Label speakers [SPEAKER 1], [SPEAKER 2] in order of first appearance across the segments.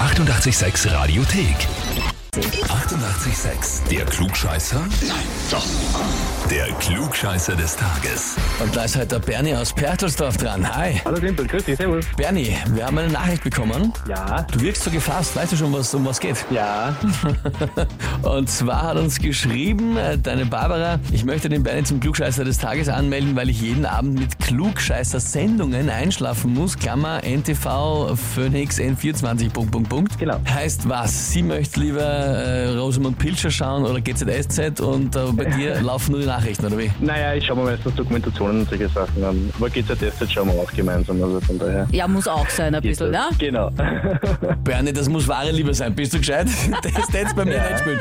[SPEAKER 1] 886 Radiothek. 88,6. Der Klugscheißer? Nein, doch. Der Klugscheißer des Tages.
[SPEAKER 2] Und da ist heute der Bernie aus Pertelsdorf dran. Hi,
[SPEAKER 3] Hallo Dimpel, grüß dich, servus.
[SPEAKER 2] Bernie, wir haben eine Nachricht bekommen.
[SPEAKER 3] Ja,
[SPEAKER 2] Du wirkst so gefasst, weißt du schon, was, um was geht?
[SPEAKER 3] ja,
[SPEAKER 2] Und zwar hat uns geschrieben, äh, deine Barbara, ich möchte den Bernie zum Klugscheißer des Tages anmelden, weil ich jeden Abend mit Klugscheißer-Sendungen einschlafen muss. Klammer, NTV, Phoenix, N24, Punkt, Punkt, Punkt.
[SPEAKER 3] Genau.
[SPEAKER 2] Heißt was? Sie möchte lieber äh, Rosamund Pilcher schauen oder GZSZ und äh, bei dir laufen nur die Nachrichten, oder wie?
[SPEAKER 3] naja, ich schaue mir meistens Dokumentationen und solche Sachen an. Aber geht's ja derzeit schauen wir auch gemeinsam, also von daher.
[SPEAKER 4] Ja, muss auch sein, ein
[SPEAKER 3] geht
[SPEAKER 4] bisschen, ne?
[SPEAKER 3] das. Genau.
[SPEAKER 2] Bernie, das muss wahre Liebe sein. Bist du gescheit? Das jetzt bei mir nicht spielen.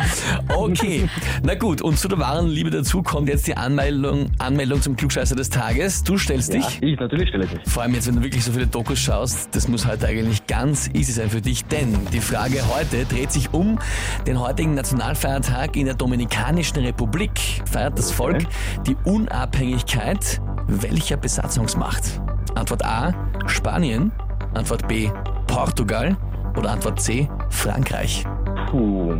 [SPEAKER 2] Okay, na gut. Und zu der wahren Liebe dazu kommt jetzt die Anmeldung, Anmeldung zum Klugscheißer des Tages. Du stellst dich.
[SPEAKER 3] Ich natürlich stelle dich.
[SPEAKER 2] Vor allem jetzt, wenn du wirklich so viele Dokus schaust, das muss heute eigentlich ganz easy sein für dich, denn die Frage heute dreht sich um den heutigen Nationalfeiertag in der Dominikanischen Republik. Feiert das Volk die Unabhängigkeit welcher Besatzungsmacht? Antwort A, Spanien. Antwort B, Portugal. Oder Antwort C, Frankreich.
[SPEAKER 3] Puh,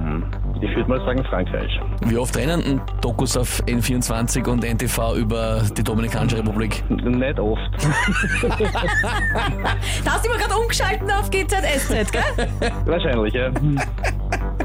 [SPEAKER 3] ich würde mal sagen Frankreich.
[SPEAKER 2] Wie oft rennen Dokus auf N24 und NTV über die Dominikanische Republik?
[SPEAKER 3] N- Nicht oft.
[SPEAKER 4] Da hast du immer gerade umgeschalten auf GZSZ, gell?
[SPEAKER 3] Wahrscheinlich, ja.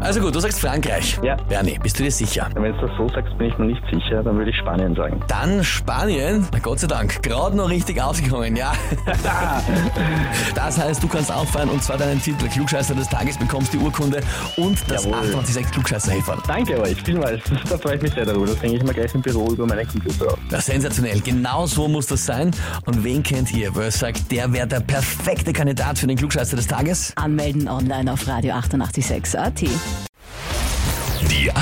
[SPEAKER 2] Also gut, du sagst Frankreich.
[SPEAKER 3] Ja.
[SPEAKER 2] Bernie, bist du dir sicher?
[SPEAKER 3] Wenn du das so sagst, bin ich mir nicht sicher, dann würde ich Spanien sagen.
[SPEAKER 2] Dann Spanien. Na Gott sei Dank, gerade noch richtig ausgekommen, ja. Das heißt, du kannst auffeiern und zwar deinen Titel Klugscheißer des Tages, bekommst die Urkunde und das
[SPEAKER 3] Jawohl.
[SPEAKER 2] 28.6 klugscheißer -Häferl.
[SPEAKER 3] Danke euch vielmals. Da freue ich mich sehr darüber. Das hänge ich mir gleich im Büro über meinen Computer auf.
[SPEAKER 2] Das ist sensationell, genau so muss das sein. Und wen kennt ihr, wo ihr sagt, der wäre der perfekte Kandidat für den Klugscheißer des Tages?
[SPEAKER 4] Anmelden online auf Radio 886 AT.
[SPEAKER 1] Die